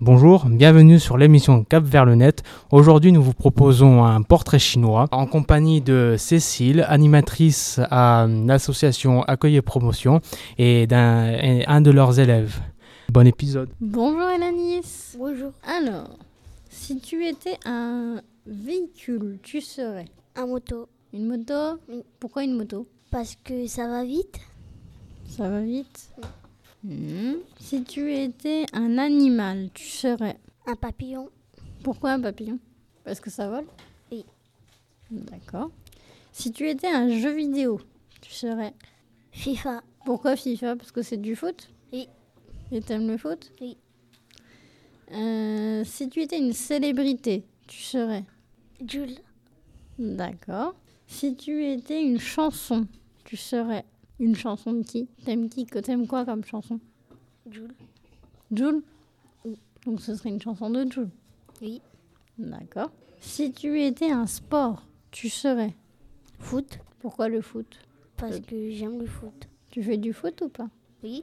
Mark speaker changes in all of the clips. Speaker 1: Bonjour, bienvenue sur l'émission Cap vers le net. Aujourd'hui, nous vous proposons un portrait chinois en compagnie de Cécile, animatrice à l'association Accueil et Promotion et d'un et un de leurs élèves. Bon épisode.
Speaker 2: Bonjour Elanis.
Speaker 3: Bonjour.
Speaker 2: Alors, si tu étais un véhicule, tu serais
Speaker 3: Un moto,
Speaker 2: une moto Pourquoi une moto
Speaker 3: parce que ça va vite.
Speaker 2: Ça va vite. Hmm. Si tu étais un animal, tu serais
Speaker 3: Un papillon,
Speaker 2: pourquoi un papillon Parce que ça vole
Speaker 3: Oui.
Speaker 2: D'accord. Si tu étais un jeu vidéo, tu serais
Speaker 3: FIFA,
Speaker 2: Pourquoi FIFA Parce que c'est du foot
Speaker 3: Oui.
Speaker 2: Et t'aimes le foot
Speaker 3: Oui.
Speaker 2: Euh, si tu étais une célébrité, tu serais
Speaker 3: Jules,
Speaker 2: D'accord. Si tu étais une chanson, tu serais une chanson de qui T'aimes qui Que T'aimes quoi comme chanson
Speaker 3: Jules,
Speaker 2: Jules
Speaker 3: Oui.
Speaker 2: Donc ce serait une chanson de Jules.
Speaker 3: Oui.
Speaker 2: D'accord. Si tu étais un sport, tu serais
Speaker 3: foot,
Speaker 2: Pourquoi le foot
Speaker 3: parce que j'aime le foot.
Speaker 2: Tu fais du foot ou pas
Speaker 3: Oui,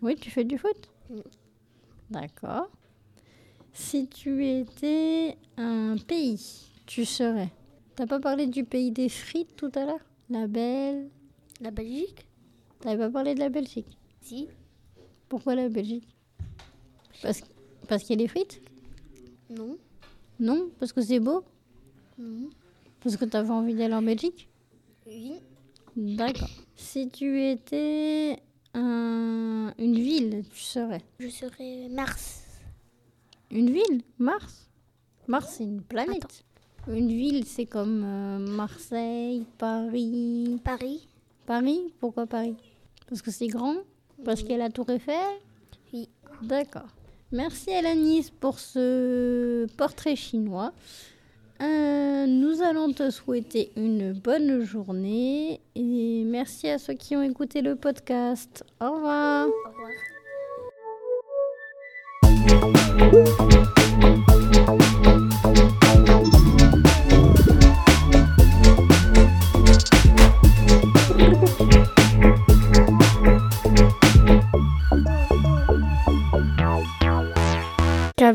Speaker 2: Oui, tu fais du foot
Speaker 3: Oui.
Speaker 2: D'accord. Si tu étais un pays, tu serais T'as pas parlé du pays des frites tout à l'heure La Belle...
Speaker 3: la Belgique,
Speaker 2: T'avais pas parlé de la Belgique
Speaker 3: si,
Speaker 2: Pourquoi la Belgique Parce, parce qu'il y a des frites
Speaker 3: non,
Speaker 2: Non Parce que c'est beau
Speaker 3: non,
Speaker 2: Parce que t'avais envie d'aller en Belgique
Speaker 3: oui,
Speaker 2: D'accord. Si tu étais un- une ville, tu serais
Speaker 3: je serai Mars.
Speaker 2: Une ville Mars Mars, c'est une planète. Une ville, c'est comme euh, Marseille, Paris.
Speaker 3: Paris,
Speaker 2: Paris Pourquoi Paris Parce que c'est grand Parce qu'il y a la Tour Eiffel
Speaker 3: Oui.
Speaker 2: D'accord. Merci Alanis pour ce portrait chinois. Euh, nous allons te souhaiter une bonne journée et merci à ceux qui ont écouté le podcast. Au revoir.
Speaker 3: au revoir.
Speaker 4: Cap